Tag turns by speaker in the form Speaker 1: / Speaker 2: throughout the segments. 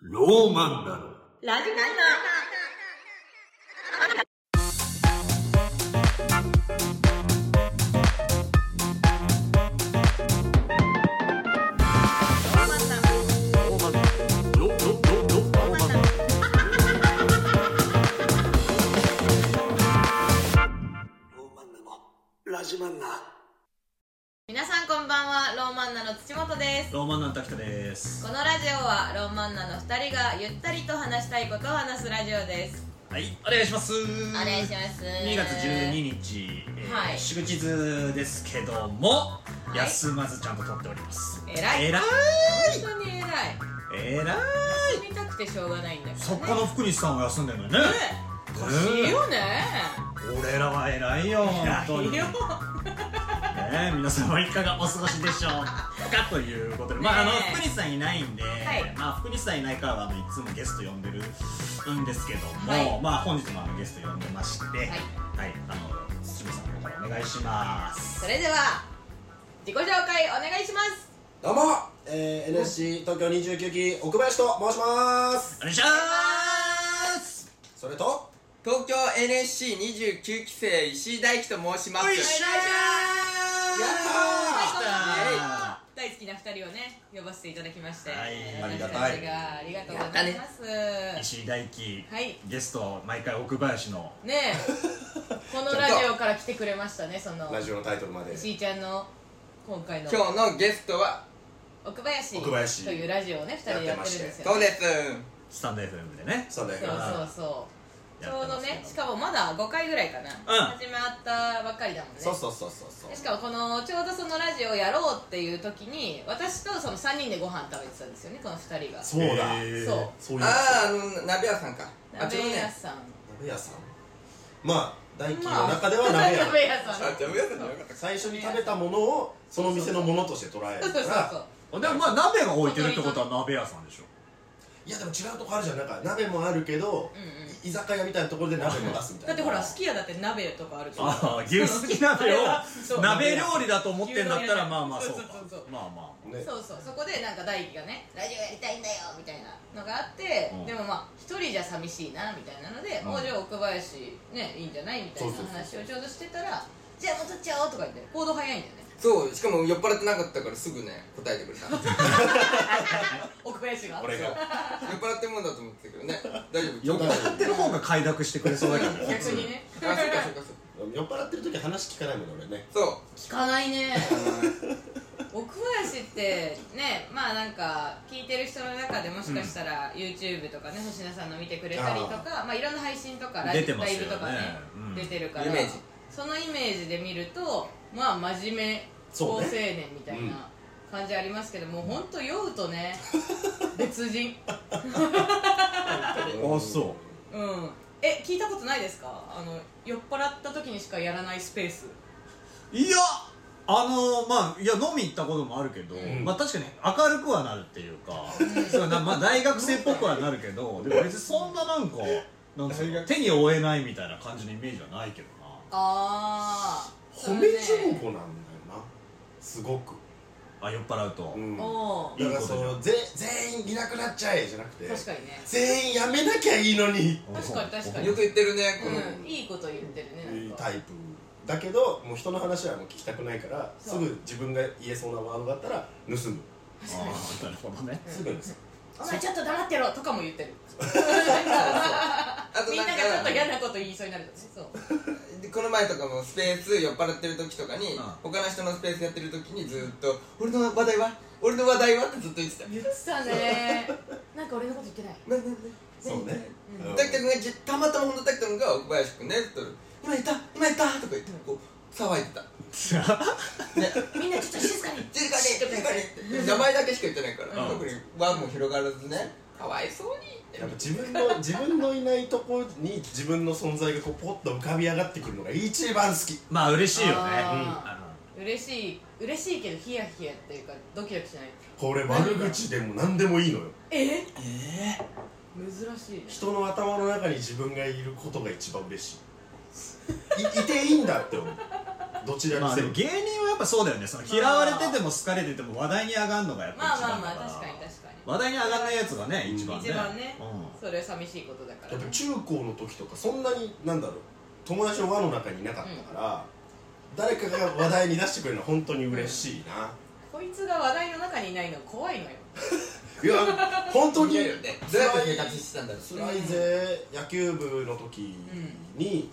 Speaker 1: ローマンだろ。
Speaker 2: ラジナ
Speaker 1: ロ、ロ、ロ、ロ、ローマンだろ。ローマンナのラジマンナ。
Speaker 2: 皆さんこんばんはローマンナの土本です
Speaker 3: ローマンの滝田です
Speaker 2: このラジオはローマンナの2人がゆったりと話したいことを話すラジオです
Speaker 3: はいお願いします
Speaker 2: お願いします
Speaker 3: 2月12日、えー
Speaker 2: はい
Speaker 3: 祝日ですけども、
Speaker 2: い
Speaker 3: 休まずちゃんと撮っております
Speaker 2: えらい
Speaker 3: えらい
Speaker 2: 本当に偉い
Speaker 3: えらい
Speaker 2: 休みたくてしょうがないんだからね
Speaker 3: 作家の福西さんは休んでるのにね
Speaker 2: ねおかしいよね
Speaker 3: 俺らは偉いよ本当に
Speaker 2: いや
Speaker 3: ねえ皆さんはいかがお過ごしでしょうかということでまああの
Speaker 2: ねえ
Speaker 3: 福西さんいないんで、
Speaker 2: い
Speaker 3: まあ福西さんいないからはあのいつもゲスト呼んでるんですけども、
Speaker 2: はい
Speaker 3: まあ本日もあのゲスト呼んでましてはい、
Speaker 2: い
Speaker 3: あの土部さんの方からお願いします
Speaker 2: それでは自己紹介お願いします
Speaker 4: どうも、えー、NSC 東京29期奥林と申します
Speaker 3: お願いします
Speaker 4: それと
Speaker 5: 東京 NSC29 期生石井大樹と申します
Speaker 3: おいしょー
Speaker 4: や
Speaker 2: ったー
Speaker 3: やっ
Speaker 2: 大好きな二人をね呼ばせていただきまして、
Speaker 3: はい
Speaker 4: ありがたい
Speaker 2: 私たちがありがとうございます、
Speaker 3: たー石井大輝、
Speaker 2: はい
Speaker 3: ゲスト毎回奥林の
Speaker 2: ねえこのラジオから来てくれましたねその
Speaker 4: ラジオのタイトルまで
Speaker 2: しーちゃんの今回の
Speaker 5: 今日のゲストは
Speaker 2: 奥林
Speaker 4: 奥林
Speaker 2: というラジオをね二人でやってるんですよ
Speaker 5: そう
Speaker 2: ね
Speaker 5: です
Speaker 3: スタンド FM でね
Speaker 4: そうだ
Speaker 2: そう
Speaker 4: よ
Speaker 2: そうそうちょうど
Speaker 3: やって
Speaker 2: ね
Speaker 3: ますけ
Speaker 2: しかもまだ5回ぐらいかな、
Speaker 3: うん
Speaker 2: 始まったばっかりだもんね
Speaker 4: そうそうそうそうそう
Speaker 2: でしかもこのちょうどそのラジオをやろうっていう時に私とその3人でご飯食べてたんですよねこの2人が
Speaker 4: そうだ
Speaker 3: へー
Speaker 2: そう
Speaker 4: そういうや
Speaker 5: あああの鍋屋さんかあ
Speaker 2: 鍋
Speaker 5: 違う
Speaker 2: 屋
Speaker 5: ね
Speaker 2: さん
Speaker 4: つ鍋屋さんまあ大輝
Speaker 2: まあ
Speaker 4: の中では鍋屋、
Speaker 2: 鍋 屋さん
Speaker 5: あ鍋屋さんだよかっ
Speaker 4: 最初に食べたものをその店のものとして捉え
Speaker 2: そう
Speaker 4: る
Speaker 2: そう
Speaker 4: か
Speaker 2: そうそ
Speaker 4: ら
Speaker 2: う
Speaker 3: でもまあ鍋が置いてるってことは鍋屋さんでしょ
Speaker 4: いやでも違うとこあるじゃんなんか鍋もあるけど、
Speaker 2: うんうん
Speaker 4: い居酒屋みたいなところで鍋も出すみたい
Speaker 2: だ
Speaker 4: な
Speaker 2: ってほら好き家だって鍋とかあるじゃん
Speaker 3: ああ牛すき鍋
Speaker 2: そう
Speaker 3: を鍋料理だと思ってんだったらまあまあそうか
Speaker 2: そうそうそう
Speaker 3: まあまあ
Speaker 4: ね
Speaker 2: そうそうそこでなんか大輝がね「ラジオやりたいんだよ」みたいなのがあって、
Speaker 3: うん
Speaker 2: でもまあ一人じゃ寂しいなみたいなので「
Speaker 3: うん
Speaker 2: もうじゃあ奥林ねいいんじゃない?」みたいな
Speaker 4: そうそう
Speaker 2: 話をちょうどしてたら「じゃあ戻っちゃおう」とか言って行動早いんだよね
Speaker 5: たそうしかも酔っ払ってなかったからすぐね答えてくれた 酔っ
Speaker 2: 奥林が
Speaker 4: 俺が
Speaker 5: 払ってるもんだと思ってたけどね大丈夫
Speaker 3: 酔っ
Speaker 4: か
Speaker 5: あ
Speaker 3: 払ってる方が快諾してくれそうだけどね
Speaker 2: 逆にね
Speaker 5: そっかそっかそっか
Speaker 4: 酔っ払ってる時話聞かないもんね俺ね
Speaker 5: そう
Speaker 2: 聞かないね奥林ってねまあなんか聞いてる人の中でもしかしたら YouTube とかね星野さんの見てくれたりとかまあいろんな配信とかライ
Speaker 3: 出てますよ
Speaker 2: ブ
Speaker 3: ね
Speaker 2: とかね
Speaker 3: うん
Speaker 2: 出てるから
Speaker 5: イメージ
Speaker 2: そのイメージで見るとまあ真面目
Speaker 4: そ
Speaker 2: 好青
Speaker 4: うね
Speaker 2: 年みたいな感じありますけど、もうほんと酔うとね別人
Speaker 3: あそ
Speaker 2: うんえ聞いたことないですかあの酔っ払った時にしかやらないスペース
Speaker 3: ういやあのまあいや飲み行ったこともあるけど、
Speaker 2: うん
Speaker 3: まあ確かに明るくはなるっていうか、そうなまあ大学生っぽくはなるけどでも別にそんななんかなんか手に負えないみたいな感じのイメージはないけどな
Speaker 2: ああ
Speaker 4: 褒め上手なんだよなすごく、
Speaker 3: あ酔っ払うと、
Speaker 4: うん
Speaker 2: おお
Speaker 4: だからそ
Speaker 3: いいこ
Speaker 4: のぜ全員いなくなっちゃえじゃなくて
Speaker 2: 確かにね
Speaker 4: 全員やめなきゃいい のに
Speaker 2: 確かに確かに
Speaker 5: よく言ってるねこの
Speaker 2: うんいいこと言ってるねなんか
Speaker 4: タイプだけどもう人の話はもう聞きたくないからす
Speaker 2: そう
Speaker 4: ぐ自分が言えそうなワードがあったら盗むす
Speaker 3: ああなるほどね
Speaker 4: ぐ盗む
Speaker 2: お前ちょっと黙ってろとかも言ってる
Speaker 5: あ
Speaker 2: みんながちょっと嫌なこと言いそうになるとねそう
Speaker 5: でこの前とかもスペース酔っ払ってる時とかに、
Speaker 3: ん
Speaker 5: 他の人のスペースやってる時にずっと「俺の話題は俺の話題は?」ってずっと言ってた「
Speaker 2: 言ってたねなんか俺のこと言ってない
Speaker 5: ななな
Speaker 4: そうね、うん
Speaker 5: 滝田君がじたまたま本当滝田君が奥林君ねって言ったら「今いた今いた!」とか言ってこう騒いでた
Speaker 2: みんなちょっと静かに
Speaker 5: 「静かに静かに」って名前だけしか言ってないから、
Speaker 3: うん
Speaker 5: 特に輪も広がらずねかわいそうにって
Speaker 4: やっぱ自 分の自分のいないとこに自分の存在がこうポッと浮かび上がってくるのが一番好き
Speaker 3: まあ嬉しいよね
Speaker 2: あ
Speaker 3: うんあの
Speaker 2: 嬉しい嬉しいけどヒヤヒヤっていうかドキドキしない
Speaker 4: これ悪口でも何でもいいのよ
Speaker 2: ええ珍しいね
Speaker 4: 人の頭の中に自分がいることが一番嬉しいいいていいんだって思うどちら
Speaker 3: ま
Speaker 4: に
Speaker 3: あ
Speaker 4: せ
Speaker 3: で
Speaker 4: よ、
Speaker 3: も芸人はやっぱそうだよねその嫌われてても好かれてても話題に上がるのがやっぱ
Speaker 2: まあ
Speaker 3: 一
Speaker 2: まあ
Speaker 3: 番だ
Speaker 2: まあ
Speaker 3: から
Speaker 2: 確かに確かに
Speaker 3: 話題に上がらないやつがね一番ね
Speaker 2: 一番ね
Speaker 3: う
Speaker 2: それは寂しいことだから
Speaker 4: やっぱ中高の時とかそんなになんだろう友達の輪の中にいなかったから、誰かが話題に出してくれるのは本当に嬉しいな、
Speaker 2: こいつが話題の中にいないの怖いのよ
Speaker 4: いや本当
Speaker 5: い
Speaker 4: に
Speaker 5: やいやねどうやって生活してたんだろう
Speaker 4: つらいぜ野球部の時に、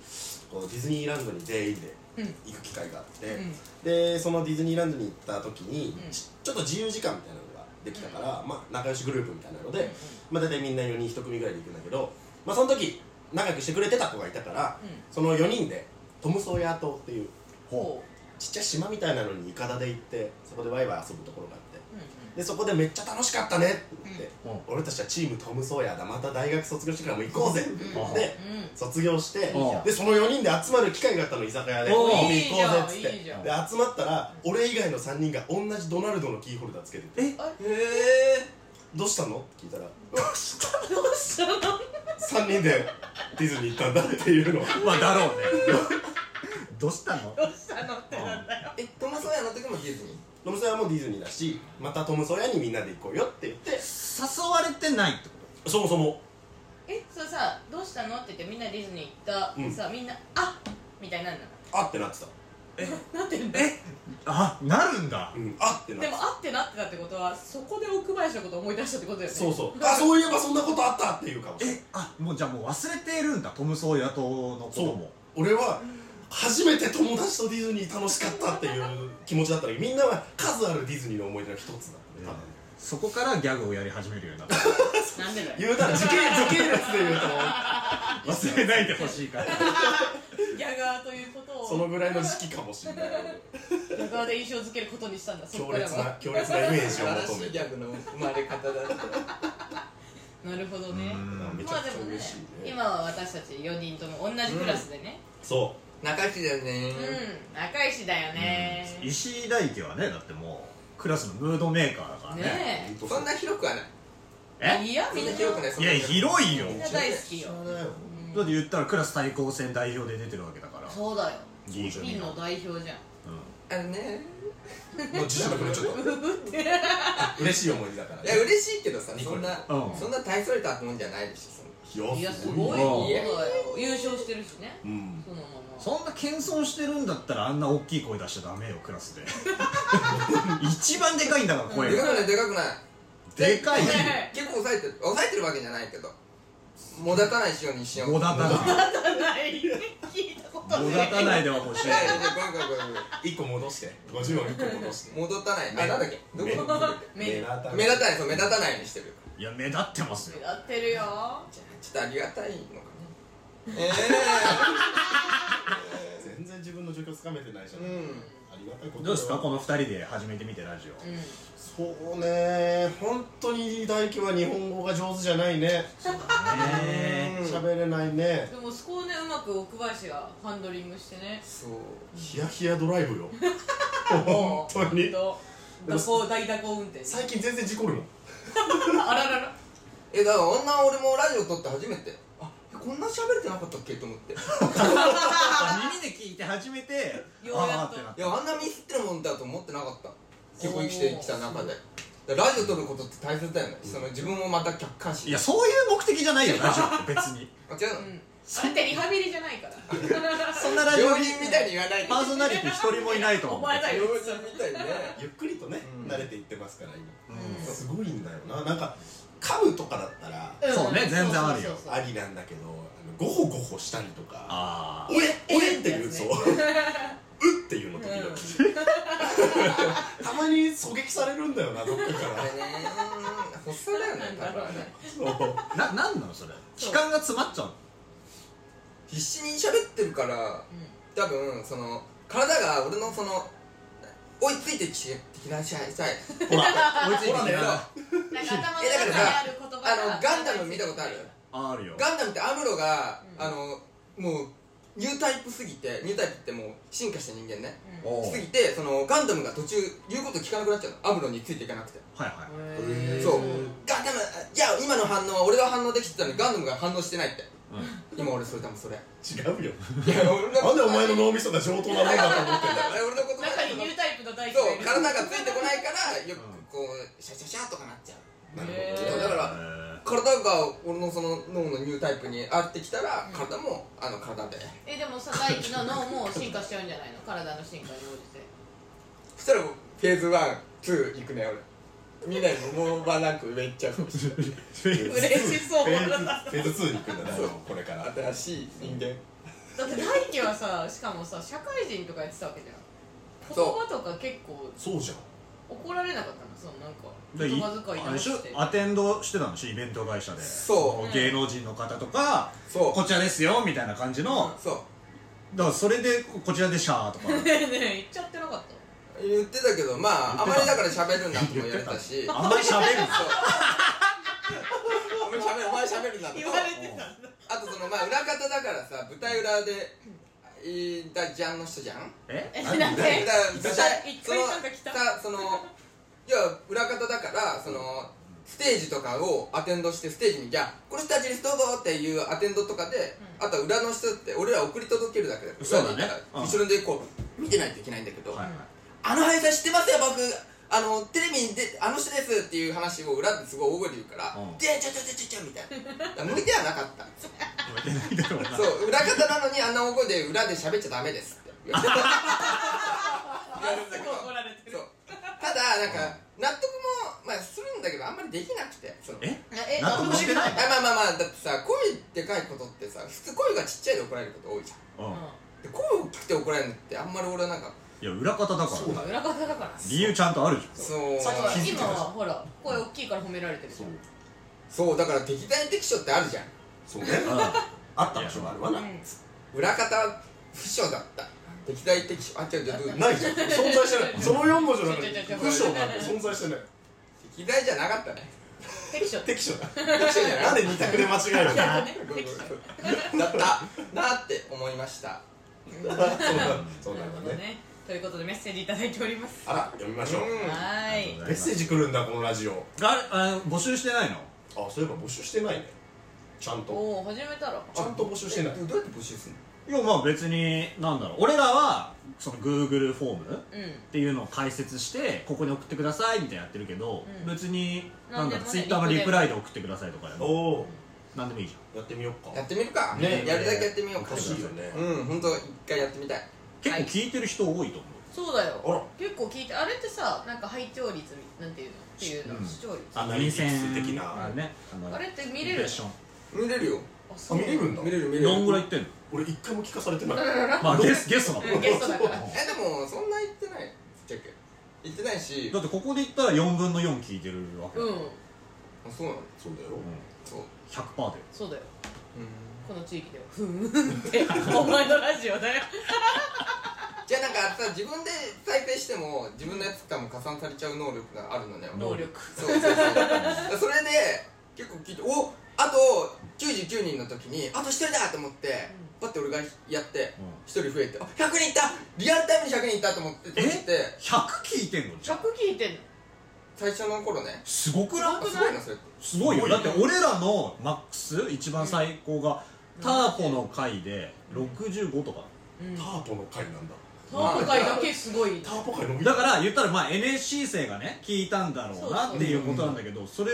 Speaker 4: こうディズニーランドに全員で
Speaker 2: うん
Speaker 4: 行く機会があって、
Speaker 2: うん
Speaker 4: でそのディズニーランドに行った時に、
Speaker 2: うん
Speaker 4: ちちょっと自由時間みたいなのができたから、まあ、仲良しグループみたいなので、
Speaker 2: うん
Speaker 4: まあ、大体みんな4人1組ぐらいで行くんだけど、まあ、その時仲良くしてくれてた子がいたから、
Speaker 2: うん
Speaker 4: その4人でトム・ソーヤー島っていう
Speaker 2: ほ
Speaker 4: ちっちゃい島みたいなのにイカダで行ってそこでワイワイ遊ぶところがあって
Speaker 2: ううん
Speaker 4: でそこでめっちゃ楽しかったねって言って、
Speaker 3: うんうん
Speaker 4: 俺たちはチームトム・ソーヤーだまた大学卒業してからも行こうぜって言って、
Speaker 3: うん
Speaker 2: うん
Speaker 4: 卒業して
Speaker 3: うん
Speaker 4: でその4人で集まる機会があったの居酒屋で飲
Speaker 3: おー
Speaker 4: み行こうぜっつって
Speaker 2: いいじゃんいい
Speaker 4: で集まったら俺以外の3人が同じドナルドのキーホルダーつけてて
Speaker 3: え
Speaker 5: へ
Speaker 4: 「どうしたの?」って聞いたら
Speaker 2: どうしたの
Speaker 4: 3人でディズニー行ったんだっていうの
Speaker 3: んまあだ ろうねどうしたの
Speaker 2: どうしたのってなんだよ
Speaker 5: ええトマソヤの時もディズニー
Speaker 4: トム・ソーヤーもディズニーだしまたトム・ソーヤーにみんなで行こうよって言って
Speaker 3: 誘われてないってこ
Speaker 4: そもそも
Speaker 2: えそれさどうしたのって言ってみんなディズニー行った、
Speaker 4: うん
Speaker 2: さみんなあみたいになるの
Speaker 4: あってなってた、
Speaker 2: なんて言うんだ
Speaker 3: とあなるんだ
Speaker 4: うん、あってなっ
Speaker 2: で
Speaker 4: て
Speaker 2: もあってなってたってことはそこで奥林のことを思い出したってことだよ
Speaker 4: た
Speaker 2: ね
Speaker 4: そうそうあそういえばそんなことあったっていう顔して
Speaker 3: えあもうじゃあもう忘れてるんだトム・ソーヤとのことも
Speaker 4: 俺は初めて友達とディズニー楽しかったっていう気持ちだったのにみんなは数あるディズニーの思い出の一つだった
Speaker 3: え
Speaker 4: ね
Speaker 3: ー
Speaker 4: 多分
Speaker 3: そこからギャグをやり始めるようになった
Speaker 2: なんでだよ
Speaker 4: 言うたら時系時系列で言うと
Speaker 3: 忘れないでほしいから
Speaker 2: ギャガーということを
Speaker 4: そのぐらいの時期かもしれ ない
Speaker 2: ギャガーで印象づけることにしたんだそ
Speaker 4: 強
Speaker 2: こから
Speaker 4: 烈な
Speaker 2: は
Speaker 4: 強烈なイメージ
Speaker 5: 素
Speaker 4: を
Speaker 5: 晴ら
Speaker 4: 求
Speaker 5: し
Speaker 4: め
Speaker 5: いギ
Speaker 4: て
Speaker 5: ャグの生まれ方だった
Speaker 2: なるほどね
Speaker 3: うん
Speaker 4: めちゃ
Speaker 2: まあ
Speaker 4: く
Speaker 2: で
Speaker 4: ちゃ
Speaker 2: もね
Speaker 4: 嬉しいね
Speaker 2: 今は私たち4人とも同じクラスでね
Speaker 4: そ
Speaker 5: 仲良しだよね
Speaker 2: うん、仲良しだよね
Speaker 3: うん石井大輝はねだってもうクラスのムードメーカーだからね
Speaker 4: う
Speaker 2: ね
Speaker 4: ほと
Speaker 5: そんな広くはない
Speaker 3: え
Speaker 2: いやみ
Speaker 5: みん
Speaker 2: ん
Speaker 5: な
Speaker 2: な
Speaker 5: 広くない
Speaker 2: み
Speaker 5: そ
Speaker 3: い
Speaker 5: ん
Speaker 3: や
Speaker 5: な
Speaker 3: 広いよ
Speaker 2: んな大好きよ、
Speaker 4: 知らないよ
Speaker 2: うん
Speaker 3: だって言ったらクラス対抗戦代表で出てるわけだから
Speaker 2: そうだよ
Speaker 3: いいじゃん
Speaker 2: ピンの代表じゃん
Speaker 5: あのね
Speaker 4: もう自信なくなっちゃった嬉しい思い出だから
Speaker 5: いや嬉しいけどさそんな
Speaker 3: うん
Speaker 5: そんな大それたもんじゃないでしょそんない
Speaker 4: い
Speaker 2: やすごい
Speaker 3: よ
Speaker 2: ことだよ優勝してるしね
Speaker 4: うん
Speaker 2: そのまま
Speaker 3: そんな謙遜してるんだったらあんな大きい声出しちゃダメよクラスで 一番でかいんだから声
Speaker 5: でか
Speaker 3: が
Speaker 5: くないでかくない
Speaker 3: でかいよ
Speaker 2: ね
Speaker 5: 結構抑えてる抑えてるわけじゃないけどもだたないしようにしよう
Speaker 3: もだたない
Speaker 2: たない聞いた こと
Speaker 3: も
Speaker 2: ね
Speaker 3: だたないでは欲しい
Speaker 5: いやいやいやごめんごめんごめん
Speaker 4: 一個戻して50音一個戻して
Speaker 5: 戻ったないあなんだっけど
Speaker 4: 目
Speaker 5: こ
Speaker 2: 目
Speaker 5: 目立たないそう目立たないようにしてる
Speaker 3: いや目立ってますよ
Speaker 2: やってるよ
Speaker 5: じゃあちょっとありがたいのかねえ
Speaker 4: 全然自分の状況つかめてないじゃん、あ
Speaker 5: えうん
Speaker 4: りがたいことだ
Speaker 3: ど
Speaker 4: よ
Speaker 3: うですかこの二人で始めてみてラジオ
Speaker 2: うん
Speaker 4: そうね本当に大輝は日本語が上手じゃないね
Speaker 3: ね
Speaker 4: 喋れないね
Speaker 2: でもそこをねうまく奥林がハンドリングしてね
Speaker 5: そう
Speaker 4: ヒヤヒヤドライブ よ
Speaker 2: 本
Speaker 4: 当に
Speaker 2: 蛇行大蛇行運転
Speaker 4: 最近全然事故るもん
Speaker 2: あららら
Speaker 5: えだからあんな俺もラジオ撮って初めてあこんな喋れてなかったっけと思ってい
Speaker 3: 耳で聞いて初めて
Speaker 2: ようやっと
Speaker 3: ああってなって
Speaker 5: やあんなミスってるもんだと思ってなかった結構生きてきた中でだからラジオ撮ることって大切だよねその自分をまた客観視
Speaker 3: いやそういう目的じゃないよラジオって別に
Speaker 5: あ違う
Speaker 2: う
Speaker 5: の
Speaker 2: んだってリハビリじゃないから
Speaker 3: そんなラジオ
Speaker 5: 病人みたいに言わないで
Speaker 3: パーソナリティ一人もいないと思
Speaker 2: お
Speaker 3: う
Speaker 2: 前だよ
Speaker 5: 病人みたいにね
Speaker 4: ゆっくりとね、
Speaker 5: うん
Speaker 4: 慣れていってますから今
Speaker 3: うん
Speaker 4: すごいんだよななんか噛むとかだったら
Speaker 2: ん
Speaker 3: そうね全然あるよ
Speaker 2: そうそうそう
Speaker 4: ありなんだけどあのゴホゴホしたりとか
Speaker 3: あ
Speaker 4: 「おえおえ」っていう
Speaker 2: やつ
Speaker 4: そ
Speaker 2: ね
Speaker 4: う「う」っていうの時々、たまに狙撃されるんだよなどっかか
Speaker 5: あ
Speaker 4: ら
Speaker 5: れね発 作だよね多分あれね
Speaker 4: そう
Speaker 3: あななんなのそれ
Speaker 2: そ
Speaker 3: 期
Speaker 2: う
Speaker 3: 間が詰まっちゃうの
Speaker 5: 必死に喋ってるから多分その体が俺のその追いついてきてきなさいさい
Speaker 4: ほら
Speaker 3: 追いついてき
Speaker 4: ほら
Speaker 3: てない
Speaker 4: ね
Speaker 2: うんなんか頭の
Speaker 5: えだ
Speaker 2: 中
Speaker 5: から
Speaker 2: に
Speaker 5: さ
Speaker 2: ある言葉
Speaker 5: あの
Speaker 2: が
Speaker 5: ガンダム見たことある
Speaker 3: あるよ
Speaker 5: ガンダムってアムロが、
Speaker 2: うん
Speaker 5: あのもうニュータイプすぎてニュータイプってもう進化した人間ね
Speaker 2: うん
Speaker 3: おう
Speaker 5: すぎてそのガンダムが途中言うこと聞かなくなっちゃうのアムロについていかなくて
Speaker 3: はいはい
Speaker 2: へー
Speaker 5: そうガンダムいや今の反応は俺が反応できてたのにガンダムが反応してないって今俺それ多分それい
Speaker 4: 違うよ
Speaker 5: や俺の
Speaker 4: なんでお前の
Speaker 5: の
Speaker 4: 脳みそが上等なもんだと思ってんだ
Speaker 5: 俺のこと
Speaker 2: 中にニュータイプの大輝
Speaker 5: そ
Speaker 2: がいうる
Speaker 5: 体がついてこないからよ
Speaker 3: うん
Speaker 5: くこうシャシャシャとかなっちゃう
Speaker 4: なる
Speaker 2: へ
Speaker 4: ほど
Speaker 2: ー
Speaker 4: ね
Speaker 5: だから体が俺のその脳のニュータイプに合ってきたら体もあの体で
Speaker 2: えでもさ大輝の脳も進化しちゃうんじゃないの体の進化に応じて
Speaker 5: そしたらフェーズ12行くね俺みんなにもばなく上行っちゃうかもしれない
Speaker 2: 嬉しそうだな
Speaker 4: フェーズ2に行くんだね
Speaker 5: そう
Speaker 4: これから
Speaker 5: 新しい人間
Speaker 2: だって大輝はさしかもさ社会人とかやってたわけじゃん言
Speaker 5: そ
Speaker 2: 葉とか結構
Speaker 4: そうじゃん
Speaker 2: 怒られなかったのそのなんか
Speaker 3: で
Speaker 2: 言葉遣い
Speaker 3: あれ
Speaker 2: 直
Speaker 3: でしょ
Speaker 2: して
Speaker 3: アテンドしてたんでしょイベント会社で
Speaker 5: そう
Speaker 3: 芸能人の方とか
Speaker 5: そう
Speaker 3: こちらですよみたいな感じの
Speaker 5: そう
Speaker 3: だからそれでここちらでしゃーと か
Speaker 2: ねえねえ言っちゃってなかった
Speaker 5: 言ってたけどまあ
Speaker 3: 言
Speaker 5: あ
Speaker 3: って
Speaker 5: ま
Speaker 3: た
Speaker 5: りだから喋るなとも言われたし そう
Speaker 3: あんまり喋るな
Speaker 5: お前喋るお前喋るなと
Speaker 2: 言われてたんだ
Speaker 5: あとそのまあ裏方だからさ舞台裏でいたじゃんの人じゃん
Speaker 3: え
Speaker 2: えなんで
Speaker 5: だから舞台
Speaker 2: 一
Speaker 5: そ
Speaker 2: 回
Speaker 5: の
Speaker 2: なんか来た
Speaker 5: さそのいや裏方だからそのステージとかをアテンドしてステージにじゃあこの人たちにどうぞっていうアテンドとかで、あとは裏の人って俺ら送り届けるだけだから
Speaker 3: そうだね
Speaker 5: 裏にいたら
Speaker 3: うん
Speaker 5: 後ろでこう見てないといけないんだけど、
Speaker 3: はい
Speaker 5: あの俳優さん知ってますよ僕あのテレビにであの人ですっていう話を裏ですごい大声で言うから
Speaker 3: うん
Speaker 5: 「でちょちょちょちょちょ」み たいなだから向いてはなかったんですよ
Speaker 3: 言われてないだろうな
Speaker 5: そう裏方なのにあんな大声で裏で喋っちゃダメで すって言われて言われてたけど
Speaker 2: 怒られて
Speaker 5: そ
Speaker 2: る
Speaker 5: うただなんか納得も、まあ、するんだけどあんまりできなくてその
Speaker 3: え
Speaker 2: え
Speaker 3: 納得してない
Speaker 5: あまあまあまあだってさ声でかいことってさ普通声がちっちゃいで怒られること多いじゃん
Speaker 3: うん
Speaker 5: で声大きくて怒られるのってあんまり俺はなんか
Speaker 3: いや裏方だか
Speaker 4: そう
Speaker 3: ら
Speaker 4: だ
Speaker 2: 裏方だから
Speaker 3: 理由ちゃんとあるじ
Speaker 5: そう
Speaker 4: さっき
Speaker 2: 今はほら声大きいから褒められてるじ
Speaker 4: そ
Speaker 2: ゃ
Speaker 4: うん
Speaker 5: そうだから適材適所ってあるじゃん
Speaker 4: そうね
Speaker 3: ゃんうん
Speaker 4: あった場所があるわな
Speaker 2: うん
Speaker 5: 裏方不所だった適材適所あ違う違うどう
Speaker 4: ないじゃん存在してないその4文字の中に
Speaker 2: ちょちょちょ
Speaker 4: 不詳なんて存在してない
Speaker 5: 適材じゃなかったね
Speaker 2: 適所って
Speaker 4: 適所だ
Speaker 5: 適所じゃ
Speaker 4: な
Speaker 5: なんい
Speaker 4: で2択で間違え るの
Speaker 2: だね
Speaker 5: ごめん
Speaker 2: 適
Speaker 5: ご
Speaker 2: 所
Speaker 5: めんだったなって思いました
Speaker 4: そうなんそう
Speaker 2: なる
Speaker 4: なん
Speaker 2: ほど
Speaker 4: だね
Speaker 2: ねということでメッセージいただいております
Speaker 4: あら読みましょう
Speaker 5: うん
Speaker 2: は
Speaker 3: あ
Speaker 2: ー
Speaker 3: りがとうござ
Speaker 2: い
Speaker 4: メッ
Speaker 3: ます
Speaker 4: セージ来るんだこのラジオ
Speaker 3: あれあの募集してないの
Speaker 4: あそういえば募集してないねちゃんと
Speaker 2: おお始めたら
Speaker 4: ちゃんと募集してない
Speaker 5: えどうやって募集するの
Speaker 3: いやまあ別になんだろう俺らはその Google フォームっ
Speaker 2: うん
Speaker 3: ていうのを解説してここに送ってくださいみたいなやってるけど、
Speaker 2: うん
Speaker 3: 別に
Speaker 2: な
Speaker 3: なんん
Speaker 2: で
Speaker 3: だ
Speaker 2: も
Speaker 3: ろ
Speaker 2: ね
Speaker 3: う Twitter のリプライで送ってくださいとかでも
Speaker 4: おお
Speaker 3: なんでもいいじゃん
Speaker 4: やってみよう
Speaker 5: や
Speaker 4: か
Speaker 5: ってみるか、
Speaker 4: ね
Speaker 5: やるだけやってみようか
Speaker 4: 欲しいよね
Speaker 5: うん本当一回やってみたい
Speaker 3: 結構聞いてる人多いと思
Speaker 2: そうだ
Speaker 4: あら
Speaker 2: よ結構聞いてあれってさなんか拝聴率なんていうのっていうの、
Speaker 3: うん
Speaker 2: 視聴率
Speaker 3: う、あの
Speaker 4: アナリ
Speaker 3: 臨
Speaker 4: ティクス
Speaker 3: 戦
Speaker 4: 的な
Speaker 3: あれねあの
Speaker 2: あれって見れ
Speaker 3: インプ
Speaker 2: る
Speaker 3: レッション
Speaker 5: 見れるよ
Speaker 2: あそ
Speaker 4: あ
Speaker 2: う
Speaker 4: 見れるんだ
Speaker 5: 見れる見れる
Speaker 3: どんぐらい行ってんの
Speaker 4: 俺一回も聞かされてない
Speaker 3: まあゲスゲストだもん
Speaker 2: うんゲストだから
Speaker 5: えでもそんな言ってないぶっちゃけ言ってないし
Speaker 3: だってここで言ったら4分の4聞いてるわけ、
Speaker 2: うん
Speaker 5: あそうなの
Speaker 4: そうだよ
Speaker 5: そう
Speaker 3: 100%で
Speaker 2: そうだよ
Speaker 5: うん
Speaker 2: この地域ではふーんってお前のラジオだよ
Speaker 5: じゃあなんかさ自分で再生しても自分のやつとかも加算されちゃう能力があるのね
Speaker 3: 能
Speaker 2: 能
Speaker 3: 力
Speaker 2: 力
Speaker 5: そうそうそうそれで結構聞いておあと99人の時にあと1人だと思ってパッて俺がやって
Speaker 3: うん
Speaker 5: 1人増えてあ100人いったリアルタイムに100人いったと思って閉じて
Speaker 3: 100聞いてんのじゃ
Speaker 2: 100
Speaker 3: ん
Speaker 2: 聞いてんの
Speaker 5: 最初の頃ね
Speaker 3: すごくない
Speaker 5: あすごいなそれって
Speaker 3: すごいよ
Speaker 4: すごい
Speaker 3: だ
Speaker 4: よ
Speaker 3: って俺らのマックス一番最高が、ターポの回で65とか
Speaker 2: うん
Speaker 4: ターポの回なんだ
Speaker 2: タープ界だけすごい
Speaker 4: ターポ回伸び
Speaker 3: だから言ったらまあ NSC 生がね聞いたんだろうなっていうことなんだけどそれ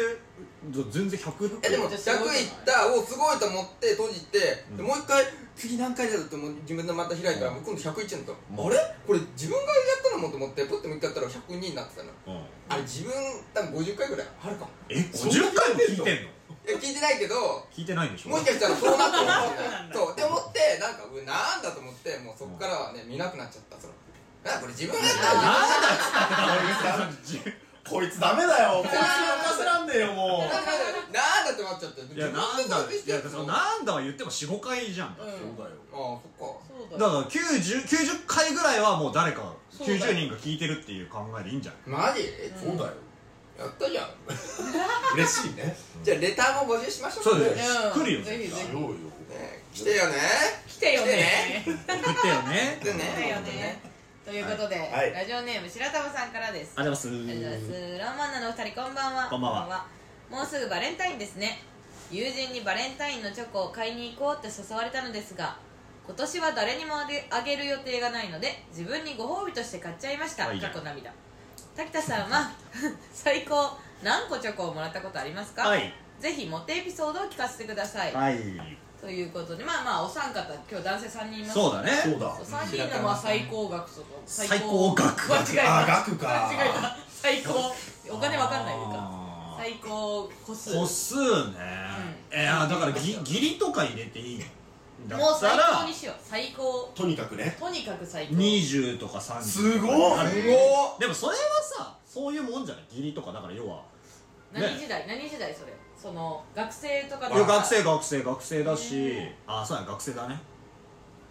Speaker 3: 全然100
Speaker 5: えで
Speaker 2: め
Speaker 5: も
Speaker 2: っ
Speaker 5: 100
Speaker 2: ちゃすごい
Speaker 5: いったをすごいと思って閉じて、
Speaker 3: うん
Speaker 5: でもう一回次何回だろうと思う自分でまた開いたら、
Speaker 3: うん
Speaker 5: 今度101になったの、
Speaker 3: うん
Speaker 5: あれこれ自分がやったのもと思ってポッてもう一回やったら102になってたの、
Speaker 3: うん
Speaker 5: あれ自分多分50回ぐらいあるかも
Speaker 3: え50回も聞いてんの
Speaker 5: いや聞いてないけど
Speaker 3: 聞いてないんでしょ
Speaker 5: もしかしたらそうなってるかもし
Speaker 2: そう
Speaker 5: れ
Speaker 2: な
Speaker 5: なん
Speaker 2: だ
Speaker 5: いそうって思ってなんかうわなんだと思ってもうそこからはね見なくなっちゃったそのあこれ自分がやったのに
Speaker 3: なんだっつった
Speaker 4: こいつダメだよこいつ任せらんねえよもう
Speaker 5: なんだって思っちゃって
Speaker 3: いやなんだいやその
Speaker 5: あ
Speaker 3: なんだは言っても45回じゃんだ
Speaker 2: う
Speaker 3: か
Speaker 2: ん
Speaker 4: だよ
Speaker 5: あそっか
Speaker 2: そうだ
Speaker 3: ら
Speaker 2: よ
Speaker 3: 90, 90回ぐらいはもう誰か
Speaker 2: そうだよ
Speaker 3: 90人が聞いてるっていう考えでいいんじゃない
Speaker 5: マジ
Speaker 4: そうだよ
Speaker 5: やったじゃん
Speaker 4: 嬉しいね
Speaker 5: じゃあレターも募集しましょう
Speaker 3: そうだよ
Speaker 2: うん
Speaker 3: 来るよ
Speaker 2: ぜひ
Speaker 3: 絶
Speaker 2: ぜ
Speaker 4: し
Speaker 2: ひ
Speaker 4: ようよ
Speaker 5: ね来てよね
Speaker 2: 来てよね
Speaker 3: 対送ってよ ね
Speaker 5: 来てね
Speaker 2: 来てよねということで、
Speaker 4: はい
Speaker 2: ラジオネーム白玉さんからです
Speaker 3: ありがとう
Speaker 2: あ
Speaker 3: ござ
Speaker 2: り
Speaker 3: い
Speaker 2: が
Speaker 3: ま
Speaker 2: とうござい
Speaker 3: す
Speaker 2: ますラーマンナのお二人こんばんは
Speaker 3: こんばんは
Speaker 2: もうすぐバレンタインですね友人にバレンタインのチョコを買いに行こうって誘われたのですが今年は誰にもあげあげる予定がないので自分にご褒美として買っちゃいました
Speaker 3: あいいじゃ
Speaker 2: 過
Speaker 3: ん
Speaker 2: 去涙滝田さんは 最高何個チョコをもらったことありますか、
Speaker 3: はい
Speaker 2: ぜひモテエピソードを聞かせてください、
Speaker 3: はい
Speaker 2: ということでまあまあお三方今日男性3人います
Speaker 3: そうだね
Speaker 4: そうだ
Speaker 2: そう3人のまあ最高額とか
Speaker 3: 最高額
Speaker 2: 間違えた
Speaker 4: あ額か
Speaker 2: 間違えた最高お金わかんないのか
Speaker 3: あー
Speaker 2: 最高個数
Speaker 3: 個数ね
Speaker 2: うん
Speaker 3: いやだからぎ義理とか入れていいんだ
Speaker 2: も
Speaker 3: っ
Speaker 2: う
Speaker 3: た
Speaker 2: 最高
Speaker 3: ら
Speaker 2: にしよう最高
Speaker 4: とにかくね
Speaker 2: とにかく最高
Speaker 3: 20とか30
Speaker 4: すごい
Speaker 3: とか
Speaker 4: す
Speaker 5: す
Speaker 3: ね
Speaker 5: ごっ
Speaker 3: でもそれはさそういうもんじゃない義理とかだから要は
Speaker 2: 何時代、何時代それその学生とか
Speaker 3: いや学生
Speaker 2: が
Speaker 3: 学生学生だし
Speaker 2: ね
Speaker 3: あそうや学生だね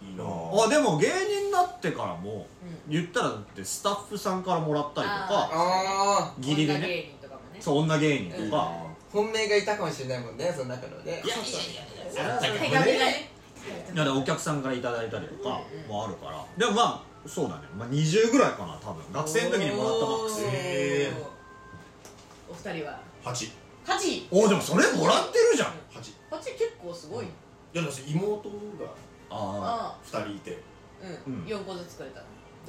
Speaker 4: いいな
Speaker 3: あでも芸人になってからも
Speaker 2: う
Speaker 3: 言ったらだってスタッフさんからもらったりと
Speaker 2: あ
Speaker 3: か
Speaker 5: ああ
Speaker 3: 義理でね
Speaker 2: 芸人とかもね
Speaker 3: そう女芸人
Speaker 2: うん
Speaker 3: とか
Speaker 5: 本命がいたかもしれないもんねその中のね
Speaker 3: いやいや
Speaker 2: それは
Speaker 3: あったけど
Speaker 2: 手
Speaker 3: ね
Speaker 2: 紙がね
Speaker 3: いやだからお客さんからいただいたりとか
Speaker 2: うん
Speaker 3: もあるからでもまあそうだね、まあ、20ぐらいかな多分学生の時にもらったマックス
Speaker 4: へー
Speaker 2: お二人は
Speaker 4: 八
Speaker 2: 8位
Speaker 3: おおでもそれもらってるじゃん
Speaker 4: 八い
Speaker 2: 8位結構すごいね
Speaker 4: やだし妹が
Speaker 3: あ
Speaker 2: あ
Speaker 4: 二人いて
Speaker 2: あう
Speaker 3: うんん
Speaker 2: 4個ずつくれた